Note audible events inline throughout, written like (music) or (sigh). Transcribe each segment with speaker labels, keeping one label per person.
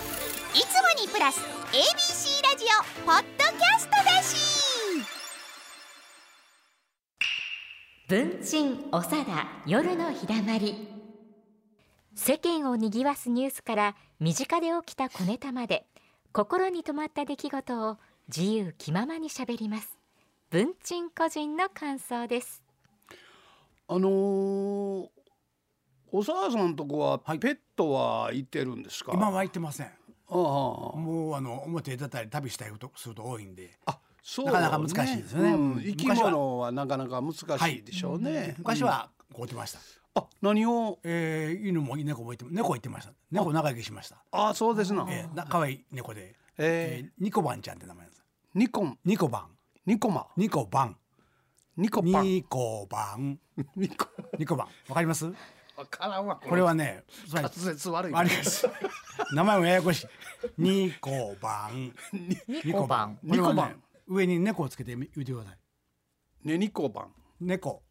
Speaker 1: いつもにプラス ABC ラジオポッドキャストだし
Speaker 2: 文鎮おさだ夜のひだまり世間をにぎわすニュースから身近で起きた小ネタまで心に留まった出来事を自由気ままにしゃべります文鎮個人の感想です
Speaker 3: あのー、おさわさんとこはペットはいてるんですか。
Speaker 4: 今
Speaker 3: あ
Speaker 4: は行ってません
Speaker 3: あ
Speaker 4: もうあの表出たり旅したいことすると多いんで
Speaker 3: あ、そう
Speaker 4: なかなか難しいですよね
Speaker 3: うん
Speaker 4: うん
Speaker 3: 生き物はなかなか難しいでしょうね。
Speaker 4: 昔はこうてました、
Speaker 3: あ、何を
Speaker 4: えー犬も猫もいて猫いてました猫長生きしました
Speaker 3: あ、そうですな。
Speaker 4: えーな可愛い猫で、
Speaker 3: えー
Speaker 4: えーニコバンちゃんって名前なんです
Speaker 3: ニコン、
Speaker 4: ニコバン
Speaker 3: ニコマ、
Speaker 4: ニコバン
Speaker 3: ニコパン、
Speaker 4: ニコバン
Speaker 3: ニコ。
Speaker 4: (laughs) ニコバンわかります
Speaker 3: わからんわ。
Speaker 4: これはねつまり
Speaker 3: 滑舌悪い。
Speaker 4: あります (laughs) 名前もややこしいニコバンニコバン
Speaker 3: ニコバン
Speaker 4: これはね上に猫をつけてみ言ってください
Speaker 3: ね、ニコバン、
Speaker 4: 猫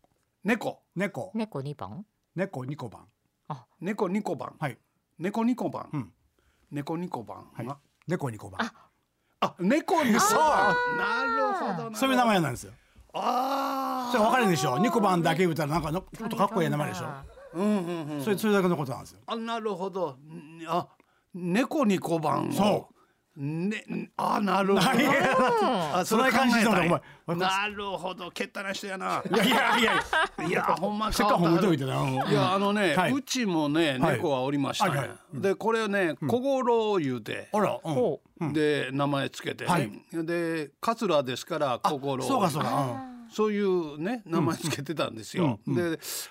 Speaker 3: 猫、
Speaker 4: 猫
Speaker 2: 猫二番
Speaker 4: 猫ニコバン
Speaker 3: 猫ニコバン、
Speaker 4: はい
Speaker 3: 猫ニコバ
Speaker 4: う
Speaker 3: ン、
Speaker 4: ん
Speaker 3: 猫ニコバン。
Speaker 4: はい猫ニコバン
Speaker 3: あ、猫にそう。なるほどなるほど。
Speaker 4: そういう名前なんですよ
Speaker 3: あ
Speaker 4: それ分かるでしょニコバンだけ言うたらなんかのちょっとかっこいい名前でしょ
Speaker 3: あ。うんうんうん。
Speaker 4: それそれだけのことなんですよ
Speaker 3: あなるほどんあ猫に小判を
Speaker 4: そう
Speaker 3: ねんあなるほど
Speaker 4: いやいや
Speaker 3: あそ
Speaker 4: (laughs) そん
Speaker 3: れ
Speaker 4: な
Speaker 3: 考
Speaker 4: 感じ
Speaker 3: え
Speaker 4: した
Speaker 3: た
Speaker 4: の
Speaker 3: い
Speaker 4: お前
Speaker 3: なるほどけったな人やない
Speaker 4: やいやいや
Speaker 3: いやほんま
Speaker 4: せ
Speaker 3: 変
Speaker 4: っか
Speaker 3: わ
Speaker 4: く
Speaker 3: った
Speaker 4: 褒めといてなうん
Speaker 3: いやあのね、
Speaker 4: はいう
Speaker 3: ちもね
Speaker 4: はい
Speaker 3: 猫はおりましたね、
Speaker 4: はいはいうん
Speaker 3: でこれね小五郎言うて、
Speaker 4: あらうん
Speaker 2: ほ
Speaker 3: で名前つけて、ね
Speaker 4: はい
Speaker 3: で桂ですから小五郎
Speaker 4: そうかそうか
Speaker 3: そういうね名前つけてたんですよ。
Speaker 4: うん
Speaker 3: で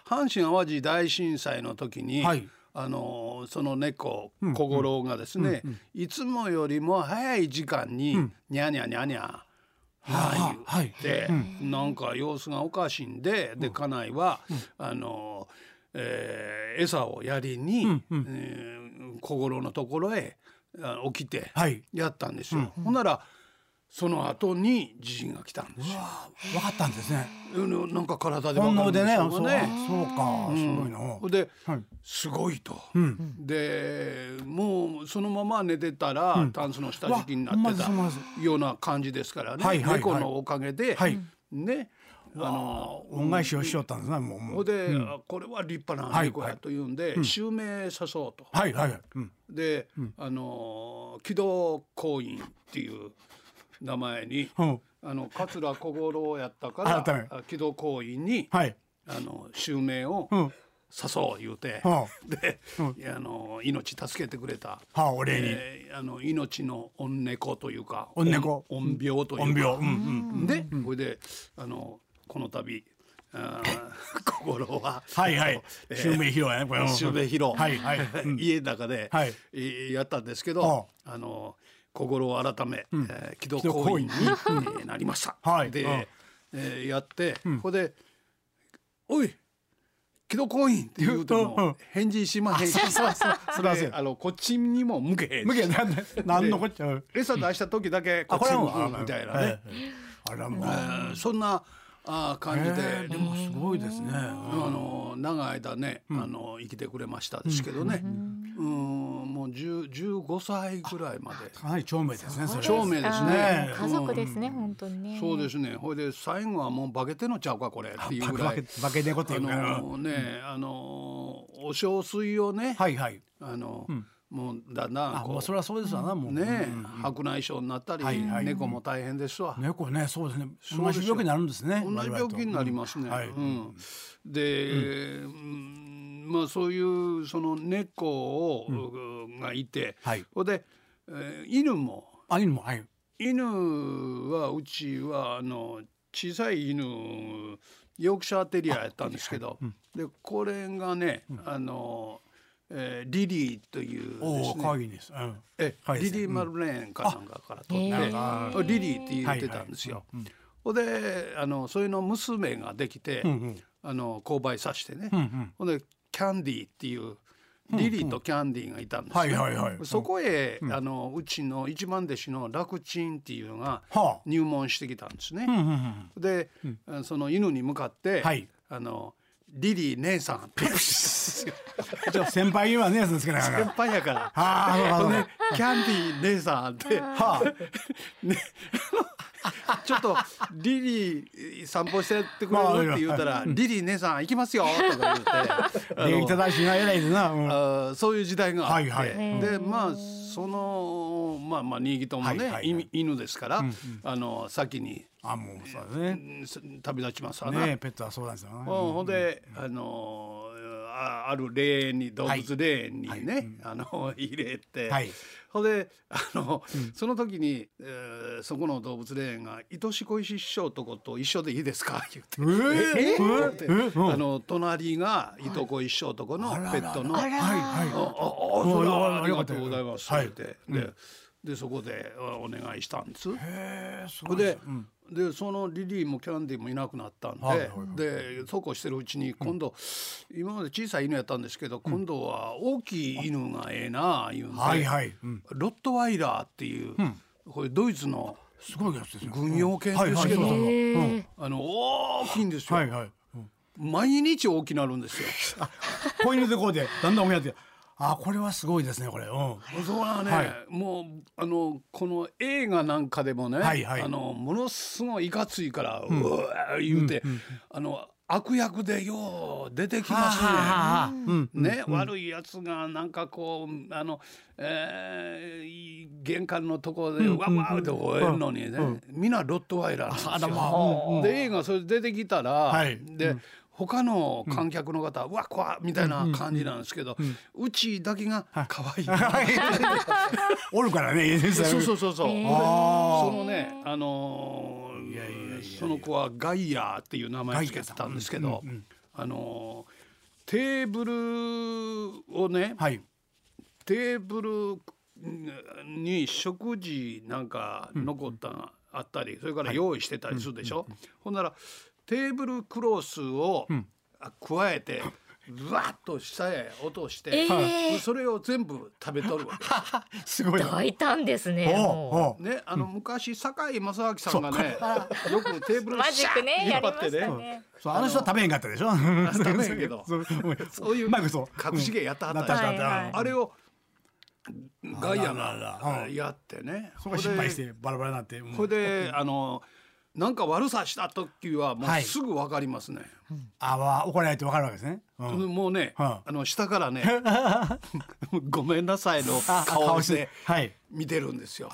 Speaker 3: 阪神・淡路大震災の時に、
Speaker 4: はい
Speaker 3: あのその猫小五郎がですね、いつもよりも早い時間に、ニャニャニャニャ
Speaker 4: あ
Speaker 3: は
Speaker 4: はい
Speaker 3: い言って、なんか様子がおかしいんでで家内は、あの、えー餌をやりに、えー小五郎のところへあ起きて
Speaker 4: はい
Speaker 3: やったんですよ。ほんならその後に地震が来たんですよ。
Speaker 4: うん分かったんですね
Speaker 3: うんなんか体でわ
Speaker 4: 本
Speaker 3: か
Speaker 4: 能
Speaker 3: るん
Speaker 4: で
Speaker 3: で
Speaker 4: ね
Speaker 3: し
Speaker 4: そ
Speaker 3: ょがね。
Speaker 4: うそううかすごいな
Speaker 3: うんで、
Speaker 4: はい
Speaker 3: すごいと、で
Speaker 4: ん
Speaker 3: もうそのまま寝てたら、タンスの下敷きにな
Speaker 4: うわ
Speaker 3: っ
Speaker 4: ほんまで
Speaker 3: て
Speaker 4: す
Speaker 3: た
Speaker 4: ほんまです
Speaker 3: ような感じですからね、
Speaker 4: はいはいはい
Speaker 3: 猫のおかげで、
Speaker 4: はい
Speaker 3: ねあの
Speaker 4: 恩返しをしよったんですねもうも
Speaker 3: ほ
Speaker 4: うん
Speaker 3: で、あこれは立派な猫
Speaker 4: はい
Speaker 3: や
Speaker 4: はい
Speaker 3: というんで、襲名さそうと、
Speaker 4: はいはいはいうん
Speaker 3: で、あの木戸公院っていう名前に、
Speaker 4: うん
Speaker 3: あの桂小五郎やったから
Speaker 4: 改め
Speaker 3: あ木戸公院に、
Speaker 4: はい
Speaker 3: あの襲名を
Speaker 4: うん
Speaker 3: 誘そう言うて、
Speaker 4: は
Speaker 3: で、いやあの命助けてくれた、
Speaker 4: あはあお礼に
Speaker 3: えーあの命の恩猫というか
Speaker 4: 恩猫
Speaker 3: 恩恩病というか
Speaker 4: 音病うんうん
Speaker 3: で、これであのこの度あ
Speaker 4: (laughs)
Speaker 3: ー心は
Speaker 4: はいはい
Speaker 3: えー
Speaker 4: 襲名披露やねこれうん
Speaker 3: 襲名披露、
Speaker 4: はいはいうん
Speaker 3: 家の中で、
Speaker 4: はい
Speaker 3: いやったんですけどあの心を改め、えー、木戸公院に、えーなりました。
Speaker 4: (laughs) はい
Speaker 3: で、
Speaker 4: うん
Speaker 3: えーやって、ここで「おい木戸公院」って言うて
Speaker 4: 言う
Speaker 3: も
Speaker 4: と
Speaker 3: 返事しまへんし
Speaker 4: そうそうそれはそう
Speaker 3: であのこっちにも向けへんし
Speaker 4: 向けなんでなんのこっちゃうん
Speaker 3: 餌出した時だけこ
Speaker 4: あ
Speaker 3: っ
Speaker 4: こ
Speaker 3: ち
Speaker 4: れ
Speaker 3: に
Speaker 4: はもう
Speaker 3: 向くみたいなね。
Speaker 4: あらまあ
Speaker 3: うんそんなあー感じで、
Speaker 4: えーでもすごいですね
Speaker 3: あの長い間ね、あの生きてくれましたですけどね、うん、もう10 15歳ぐらいまで
Speaker 4: かなり長命ですねそれ
Speaker 3: 長命です
Speaker 4: ね
Speaker 3: ね
Speaker 4: え。
Speaker 2: 家族ですね、本当にね
Speaker 3: そうですね。ほいで最後はもう化けてんのちゃうかこれっていうぐら
Speaker 4: 化
Speaker 3: い
Speaker 4: け。化け猫ってい
Speaker 3: あ
Speaker 4: うから
Speaker 3: のね、あのお小水をね、
Speaker 4: はいはい
Speaker 3: あの、もうだんだ
Speaker 4: あ
Speaker 3: ん
Speaker 4: も
Speaker 3: こ
Speaker 4: うそれはそうですわなも
Speaker 3: う
Speaker 4: う
Speaker 3: ね、白内障になったり、
Speaker 4: はいはい
Speaker 3: 猫も大変ですわ。
Speaker 4: 猫ねそうですね
Speaker 3: う
Speaker 4: 同
Speaker 3: です
Speaker 4: じ
Speaker 3: よ
Speaker 4: 病気になるんですね
Speaker 3: 同じ病気になりますね。
Speaker 4: 我々
Speaker 3: う
Speaker 4: とうんはい
Speaker 3: ん、で、うんまあそういうその猫を、がいて、
Speaker 4: はい
Speaker 3: ほんで、えー犬も
Speaker 4: あ犬もはい
Speaker 3: 犬はうちはあの小さい犬ヨークシャーテリアやったんですけど、でこれがね、あの、えーリリーというで
Speaker 4: お
Speaker 3: す
Speaker 4: お
Speaker 3: ね
Speaker 4: 可愛いですうん
Speaker 3: え
Speaker 4: 可愛いで
Speaker 3: リ
Speaker 4: すね
Speaker 3: リー・マルレーンかなんかから取って、
Speaker 2: あへー
Speaker 3: リリーって言ってたんですよ。ほ、んであのそういうの娘ができて、あの購買させてね、ほんでキャンディーっていうリリーとキャンディーがいたんですよ、
Speaker 4: はいはいはい
Speaker 3: そこへ、あのうちの一番弟子の楽ちんっていうのが
Speaker 4: はあ
Speaker 3: 入門してきたんですね。
Speaker 4: うんうんうん
Speaker 3: で、その犬に向かって、
Speaker 4: はい
Speaker 3: あのリリー姉さん
Speaker 4: (laughs) じゃあ先輩はねやつですから。
Speaker 3: 先輩やから
Speaker 4: ああ、そうかそう
Speaker 3: ね
Speaker 4: か、
Speaker 3: キャンディー姉さんって、
Speaker 4: は
Speaker 3: ね、ちょっとリリー散歩してってくれるって言うたら「リリー姉さん行きますよ」とか
Speaker 4: あ、
Speaker 3: 言っ
Speaker 4: 礼儀
Speaker 3: てあの
Speaker 4: 正しいな偉いでな。うん
Speaker 3: あーそういう時代があって、
Speaker 4: はいは
Speaker 3: でまあそのまあまあ新木ともね、
Speaker 4: はいはいはい
Speaker 3: い犬ですから、あの先に
Speaker 4: あ、もうそうですね。
Speaker 3: うんす旅立ちますわな。
Speaker 4: ねえ、ペットはそうなんですよね。
Speaker 3: うんほんで、あのーあある霊園に動物霊園にね、あの入れて、
Speaker 4: はい
Speaker 3: ほんであの、その時に、えーそこの動物霊園が「愛し恋し師匠とこと一緒でいいですか?」言って。
Speaker 4: ええええ
Speaker 3: 言って
Speaker 4: うん
Speaker 3: あの隣がいとこ一生とこのペットの「あ
Speaker 4: はいはい。
Speaker 3: ああそれはありがとうございます」
Speaker 4: はい
Speaker 3: って言ってででそこであお願いしたんです。
Speaker 4: へえ、す
Speaker 3: ほ
Speaker 4: ご
Speaker 3: ん
Speaker 4: い
Speaker 3: で,、
Speaker 4: うん
Speaker 3: でそのリリーもキャンディーもいなくなったんで、
Speaker 4: はいはい
Speaker 3: でそうこうしてるうちに今度、今まで小さい犬やったんですけど今度は大きい犬がええなあいうんで、
Speaker 4: はいはい。うん
Speaker 3: ロットワイラーっていう、これドイツの
Speaker 4: すごいやつですね。
Speaker 3: 軍用犬ですけど、
Speaker 4: はいはいそうそう
Speaker 2: え
Speaker 3: あの大きいんですよ、
Speaker 4: はいはい。うん
Speaker 3: 毎日大きなるんですよ。
Speaker 4: 子犬でこうで、だんだんおやって。あ、これはすごいですね、これ。うん。
Speaker 3: そこはね、
Speaker 4: はい
Speaker 3: もうあのこの映画なんかでもね、
Speaker 4: はいはい
Speaker 3: あのものすごいいかついから、うわー言うて、あの悪役でよう出てきますね。
Speaker 4: あ、うん。
Speaker 3: ね、悪いやつがなんかこうあの、えー玄関のところでわわーって吠えるのにね、皆ロットワイラーなんですよ。で映画それ出てきたら、
Speaker 4: はい
Speaker 3: で、他の観客の方は、うわ怖っみたいな感じなんですけど、うちだけが可愛い。
Speaker 4: (laughs) おるからね、家先生。
Speaker 3: (laughs) そうそうそうそう。
Speaker 4: あ
Speaker 3: そのね、あのーその子はガイアっていう名前つけてたんですけど、あのーテーブルをね、
Speaker 4: あ。はい。
Speaker 3: テーブルに食事なんか残ったのあったり、それから用意してたりするでしょ、ほんならテーブルクロスを、あ加えてぶわっと下へ落として、
Speaker 2: ええ
Speaker 3: それを全部食べとるわけ。
Speaker 4: すごい。お
Speaker 2: 大胆ですね。
Speaker 4: お
Speaker 2: も
Speaker 4: う。
Speaker 3: ね、あの昔堺正明さんがね、よくテー
Speaker 2: う
Speaker 3: ブルを
Speaker 2: マジ
Speaker 3: シャ
Speaker 2: ッ
Speaker 3: ー
Speaker 2: ク
Speaker 3: ッ
Speaker 2: ね
Speaker 3: て引
Speaker 2: や
Speaker 3: っ
Speaker 2: り
Speaker 3: 張
Speaker 2: ま
Speaker 3: って
Speaker 2: した
Speaker 3: ね、
Speaker 2: ね。
Speaker 4: そうあの人は食べへんかったでしょ。食
Speaker 3: べへんけど
Speaker 4: (laughs) そう
Speaker 3: そういう
Speaker 4: マイクそう。
Speaker 3: 隠し芸やっては
Speaker 4: な
Speaker 3: っ
Speaker 4: った
Speaker 3: たんで
Speaker 4: なっ
Speaker 2: はい
Speaker 4: た
Speaker 2: はい
Speaker 4: なっ
Speaker 3: す。あ
Speaker 4: た。
Speaker 3: れをガイア
Speaker 4: あららら
Speaker 3: が
Speaker 4: うん
Speaker 3: やってね、
Speaker 4: そこが失敗してバラバラになって。うん
Speaker 3: これであのなんか悪さした時はも
Speaker 4: は
Speaker 3: う
Speaker 4: い
Speaker 3: すぐわかりますね。
Speaker 4: あわ怒られてわかるわけですね。うん
Speaker 3: もうね、
Speaker 4: は
Speaker 3: あの下から
Speaker 4: (laughs)
Speaker 3: ね、ごめんなさいの
Speaker 4: あ
Speaker 3: 顔して
Speaker 4: はい。
Speaker 3: 見てるんですよ。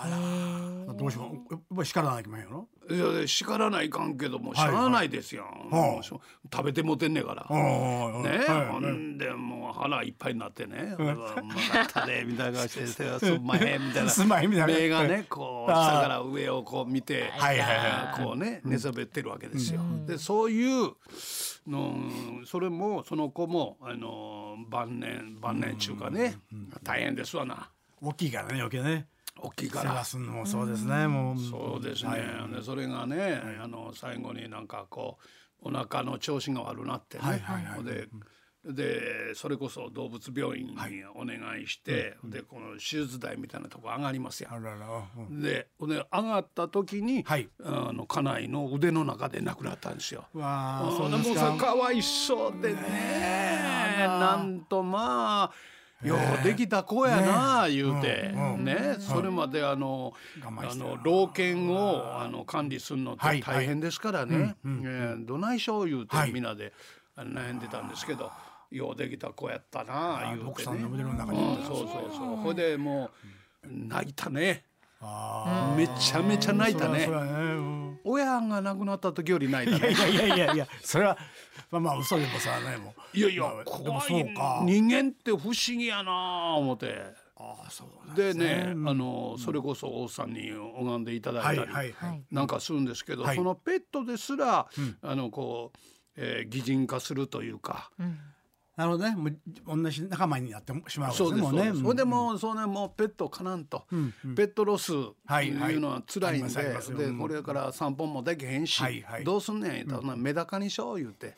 Speaker 4: どうしよう。やっぱり叱らなきゃいけないよ。
Speaker 3: いやいや叱らないかんけどもしゃあないですよ。
Speaker 4: はい
Speaker 3: もうしょ食べてもてんねえから。
Speaker 4: おーお
Speaker 3: ね、
Speaker 4: ー
Speaker 3: ほ
Speaker 4: おー。
Speaker 3: んでもう腹いっぱいになってね「うわうまかったね」みたいな顔して「手がすんまへん」みたいな
Speaker 4: (laughs) すんまへんみたいな
Speaker 3: 目がねこう
Speaker 4: あー
Speaker 3: 下から上をこう見て、
Speaker 4: はいはいは
Speaker 3: こうね寝そべってるわけですよ。でそういうのそれもその子もあの晩年晩年中かね、大変ですわな
Speaker 4: 大きいからね余計ね。
Speaker 3: 大きいか
Speaker 4: 世
Speaker 3: ら
Speaker 4: 話。すんのもそうですね。もう。
Speaker 3: そうですね、でそれがね、あの最後になんかこうお腹の調子が悪なってね、
Speaker 4: はいはいはい
Speaker 3: ででそれこそ動物病院にお願いして、でこの手術台みたいなとこ上がりますや
Speaker 4: あ
Speaker 3: ん。
Speaker 4: らら。うん
Speaker 3: でほんで上がった時に、
Speaker 4: はい
Speaker 3: あの家内の腕の中で亡くなったんですよ。
Speaker 4: わあ
Speaker 3: そ
Speaker 4: そう
Speaker 3: で
Speaker 4: うで
Speaker 3: も
Speaker 4: す
Speaker 3: うさ
Speaker 4: か。
Speaker 3: かわいそうでねなんとまあようできた子やな言うて
Speaker 4: うんうん
Speaker 3: ねそれまであの
Speaker 4: 我慢
Speaker 3: あ
Speaker 4: して
Speaker 3: の老犬をあの管理するのって大変ですからねえーどないしょう言うて
Speaker 4: はい
Speaker 3: みんなであの悩んでたんですけどようできた子やったな言う
Speaker 4: 奥
Speaker 3: て
Speaker 4: さん
Speaker 3: ね
Speaker 4: の。腕の中
Speaker 3: う
Speaker 4: に。
Speaker 3: んそうそうそうほいでもう泣いたね
Speaker 4: あ
Speaker 3: めちゃめちゃ泣いた
Speaker 4: あ。
Speaker 3: ね
Speaker 4: それはね。うん
Speaker 3: 親が亡くなった時より泣いた
Speaker 4: いや
Speaker 3: ね
Speaker 4: いやいやいやいや、それは、まあまあ嘘でもさ、ね、もう。
Speaker 3: いやいや
Speaker 4: まあ、でも
Speaker 3: 怖
Speaker 4: そ
Speaker 3: いう
Speaker 4: か。
Speaker 3: 人間って不思議やなあ思って。
Speaker 4: ああ、そうなん
Speaker 3: ですね、あのそれこそ王さんに拝んでいただ
Speaker 4: はいい
Speaker 3: た
Speaker 4: は
Speaker 3: り
Speaker 4: いはい。はい
Speaker 3: なんかするんですけど、
Speaker 4: はい
Speaker 3: そのペットですら、あのこう、えー擬人化するというか、
Speaker 4: なるほどね、もう同じ仲間になってしまうわけ
Speaker 3: そ
Speaker 4: で
Speaker 3: う
Speaker 4: す
Speaker 3: で
Speaker 4: ね。
Speaker 3: す
Speaker 4: も
Speaker 3: そううです。それで
Speaker 4: ねうん
Speaker 3: もうそうねもうペットかなんと、ペットロスって
Speaker 4: はいはい
Speaker 3: いうのは辛いん
Speaker 4: あります
Speaker 3: で、
Speaker 4: あります
Speaker 3: で
Speaker 4: うん
Speaker 3: これから散歩もできへんし、
Speaker 4: はいはい
Speaker 3: どうすんねん言ったら、メダカにしよう言うて、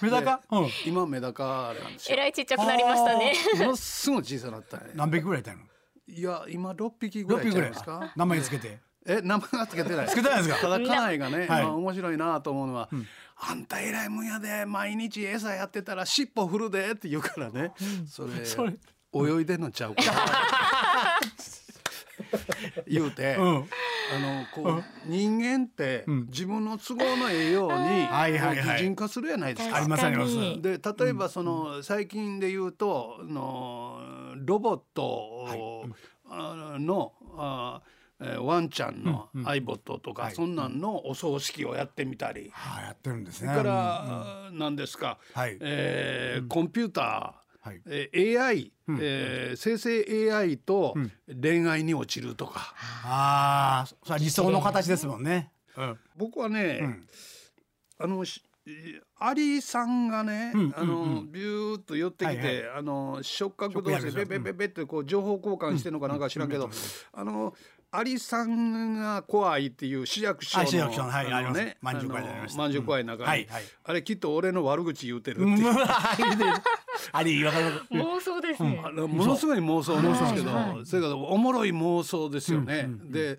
Speaker 4: メダカ、うん、
Speaker 3: 今メダカなんです
Speaker 2: え
Speaker 3: よ。
Speaker 2: らいちっちゃくなりましたね。
Speaker 3: ものすごい小さなったね。
Speaker 4: 何匹ぐらいいたの。
Speaker 3: いや今六匹ぐ
Speaker 4: 六
Speaker 3: らい
Speaker 4: 匹
Speaker 3: じゃ
Speaker 4: ぐ
Speaker 3: な
Speaker 4: ら
Speaker 3: い
Speaker 4: い
Speaker 3: ですか。
Speaker 4: 名前つけて。
Speaker 3: え名前はつけてない
Speaker 4: つけてないですか
Speaker 3: ただ家内がね、
Speaker 4: は
Speaker 3: ま
Speaker 4: い
Speaker 3: あ、面白いなと思うのは、あんた偉いもんやで毎日餌やってたら尻尾振るで」って言うからね、それ
Speaker 4: (laughs) それ
Speaker 3: 泳いでんのち
Speaker 4: (laughs)
Speaker 3: ゃうか言うて、
Speaker 4: うん
Speaker 3: あのこう、人間って
Speaker 4: ん
Speaker 3: 自分の都合のええように、
Speaker 4: はいはいはい
Speaker 3: 擬人化するやないですか
Speaker 4: あ。りますあります
Speaker 2: 確かに
Speaker 3: で例えばその最近で言うとあのロボットをあのあえーワンちゃんのアイボットとかそんなんのお葬式をやってみたり
Speaker 4: あやってるんです
Speaker 3: そ
Speaker 4: ね
Speaker 3: れから何ですか
Speaker 4: はい
Speaker 3: えーコンピュータ
Speaker 4: うんはい
Speaker 3: ーえー AI えー生成 AI と恋愛に落ちるとか
Speaker 4: ああ、そそれは理想の形ですもんね。うん、
Speaker 3: 僕はね、
Speaker 4: ん
Speaker 3: あのしアリさんがね、
Speaker 4: うん
Speaker 3: あ
Speaker 4: うん
Speaker 3: のビューッと寄ってきて、
Speaker 4: はい
Speaker 3: あの触覚同
Speaker 4: 触覚
Speaker 3: 士
Speaker 4: や
Speaker 3: で
Speaker 4: る
Speaker 3: ベベベベってこう情報交換してるのかなんか知らんけど、あのアリさんが怖いっていう市役所の
Speaker 4: あ市役所のはい
Speaker 3: あの
Speaker 4: あります
Speaker 3: あの
Speaker 4: まんじゅう怖いじゃありました
Speaker 3: まんじゅう怖い中に、
Speaker 4: うんはいはい
Speaker 3: あれきっと俺の悪口言うてるって
Speaker 4: う
Speaker 3: い
Speaker 4: ん
Speaker 3: (laughs) う、
Speaker 4: あり、わかるわかる。
Speaker 2: 妄想ですね、
Speaker 3: あのものすごい妄想なんですけど、
Speaker 2: はいは
Speaker 3: それからおもろい妄想ですよね。で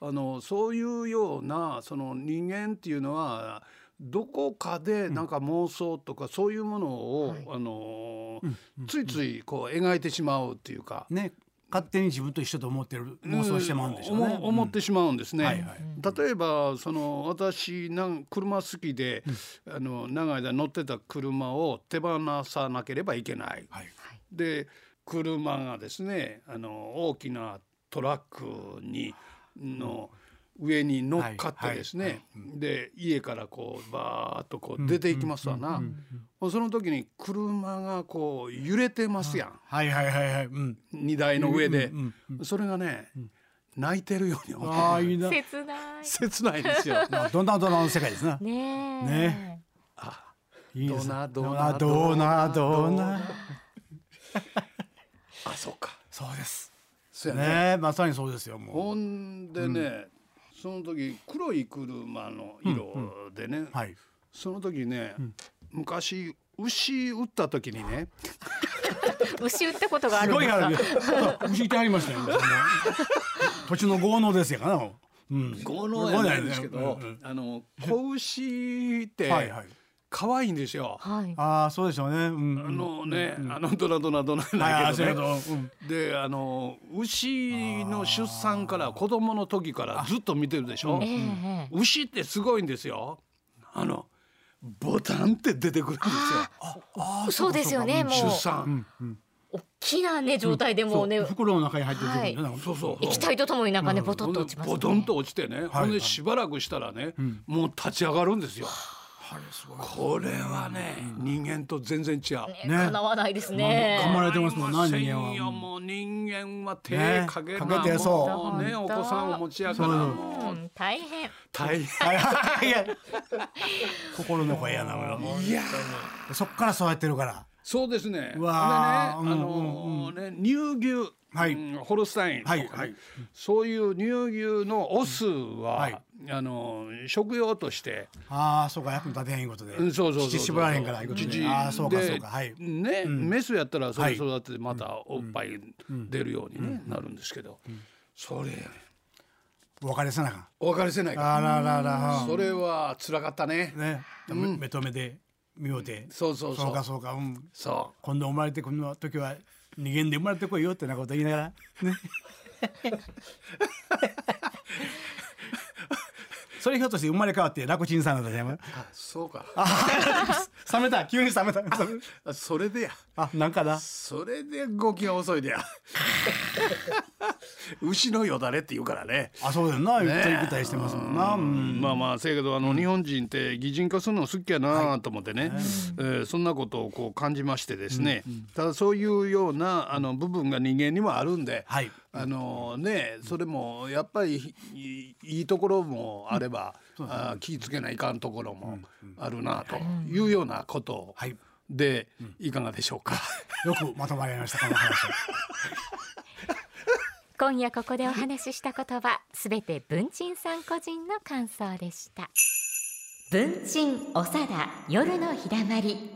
Speaker 3: あのそういうようなその人間っていうのはどこかでなんか妄想とかそういうものを、あのついついこう描いてしまうっていうか。
Speaker 4: ね、勝手に自分と一緒と思ってる、妄想してまうんでしょうね。
Speaker 3: 思思ってしまうんですね。
Speaker 4: はいはい
Speaker 3: 例えばその私なん車好きで、あの長い間乗ってた車を手放さなければいけない。
Speaker 4: はい。
Speaker 3: で車がですねあの大きなトラックにの上に乗っかってですね、
Speaker 4: はいはい
Speaker 3: で家からこうバーッとこう出ていきますわな、その時に車がこう揺れてますやん、
Speaker 4: はいはいはいはい、うん。
Speaker 3: 荷台の上で、
Speaker 4: うんうん
Speaker 3: それがね、泣いてるように思う
Speaker 4: ああ、いいな。
Speaker 2: 切ない
Speaker 3: 切ないんですよ。
Speaker 4: まあどんなどんなの世界ですな。
Speaker 2: ねえ
Speaker 4: ねいいで
Speaker 3: (laughs)
Speaker 4: す
Speaker 3: どなど
Speaker 4: ど
Speaker 3: な
Speaker 4: などなどな。
Speaker 3: (laughs) あそうか
Speaker 4: そうです。
Speaker 3: そうやね
Speaker 4: ね、まさにそうですよ。も
Speaker 3: ほ
Speaker 4: う。
Speaker 3: んでね、その時黒い車の色でね、
Speaker 4: はい。
Speaker 3: その時ね、昔牛打った時にね
Speaker 2: 牛打ったことがあ
Speaker 4: す
Speaker 2: るん
Speaker 4: ご
Speaker 2: で
Speaker 4: い
Speaker 2: す
Speaker 4: あ
Speaker 2: か
Speaker 4: る。牛いてありましたよ。そんな土地の豪農ですよかな。うん。
Speaker 3: 豪農やないんですけど、
Speaker 4: 豪農やねうん
Speaker 3: あの子牛って
Speaker 4: はいはい。
Speaker 3: 可愛いんですよ。
Speaker 2: はい
Speaker 4: ああ、そうでしょうね。うん。
Speaker 3: あのね、あのドラドラドラ
Speaker 4: あ
Speaker 3: な
Speaker 4: あ、
Speaker 3: い
Speaker 4: そ
Speaker 3: け
Speaker 4: うや
Speaker 3: ど
Speaker 4: け
Speaker 3: ね。
Speaker 4: ど。うん。
Speaker 3: であの牛の出産から子供の時からずっと見てるでしょ
Speaker 2: え。え
Speaker 3: 牛ってすごいんですよ。あのボタンって出てくるんですよ。
Speaker 4: ああ
Speaker 2: そうですよね
Speaker 4: そ
Speaker 2: もう
Speaker 4: うか
Speaker 3: 出産。
Speaker 2: 大きなね状態でもうね、
Speaker 4: そう袋の中に入ってる時にね、なんか
Speaker 3: そうそう。
Speaker 2: 液体とともになんかねボトッと落ちますね
Speaker 3: ボトンと落ちてね、ほんでしばらくしたらね、もう立ち上がるんですよ。これはね、人間と全然違う。
Speaker 2: ね叶わないですね
Speaker 4: まあ噛まれてますもんな
Speaker 3: ありませ
Speaker 4: 人間は
Speaker 3: よもう人間は手
Speaker 4: ね
Speaker 3: かけな、
Speaker 4: かけてそう
Speaker 3: もうねお
Speaker 2: 本当
Speaker 3: 子さんを持ちやから
Speaker 4: そう
Speaker 3: も
Speaker 2: う
Speaker 3: うん
Speaker 2: 大変
Speaker 3: 大変。
Speaker 4: いや心の声やな俺はも
Speaker 3: いや
Speaker 4: うそっから育ってるから
Speaker 3: そうですね。
Speaker 4: うわー
Speaker 3: でね、あ
Speaker 4: うん
Speaker 3: のーね乳牛、
Speaker 4: はい
Speaker 3: うんホルスタインとかね、
Speaker 4: はいはい
Speaker 3: そういう乳牛のオスは、
Speaker 4: はい
Speaker 3: あのー食用として、
Speaker 4: ああそうか役に立てへんいうことで
Speaker 3: うんそうそうそうそう
Speaker 4: 乳絞られへんからいうことで
Speaker 3: 乳
Speaker 4: ああそうか
Speaker 3: で
Speaker 4: そうかはい
Speaker 3: ね、メスやったらそれ育ててまたおっぱい出るように、ねなるんですけど、それ
Speaker 4: お別れせなあかん
Speaker 3: お別れせないか
Speaker 4: あららら
Speaker 3: それは辛かったね。
Speaker 4: ね目目と目で見ようて
Speaker 3: そうそうそう
Speaker 4: そうかそうかうん
Speaker 3: そう
Speaker 4: 今度生まれてくるの時は逃げんで生まれてこいよってなこと言いながらね (laughs) それひょっとして生まれ変わって楽ちんさんだったじゃん
Speaker 3: そうか
Speaker 4: (laughs) 冷めた急に冷めた (laughs) 冷めた
Speaker 3: あそれでや
Speaker 4: あなんかな
Speaker 3: それで動きが遅い (laughs) でや牛のよだれって言うからね
Speaker 4: あそうだよな言ったり来たりしてますもんな、うん
Speaker 3: まあまあせやけどあの日本人って擬人化するの好きやなと思ってね、えーそんなことをこう感じましてですね、ただそういうようなあの部分が人間にはあるんで、
Speaker 4: はい
Speaker 3: あのねそれもやっぱりいいいところもあれば、あー気ぃつけないかんところもあるなというようなことを、
Speaker 4: はい
Speaker 3: でいかがでしょうか。
Speaker 4: よくまとまりましたこの話
Speaker 2: 今夜ここでお話ししたことはすべて文鎮さん個人の感想でした文鎮おさだ夜のひだまり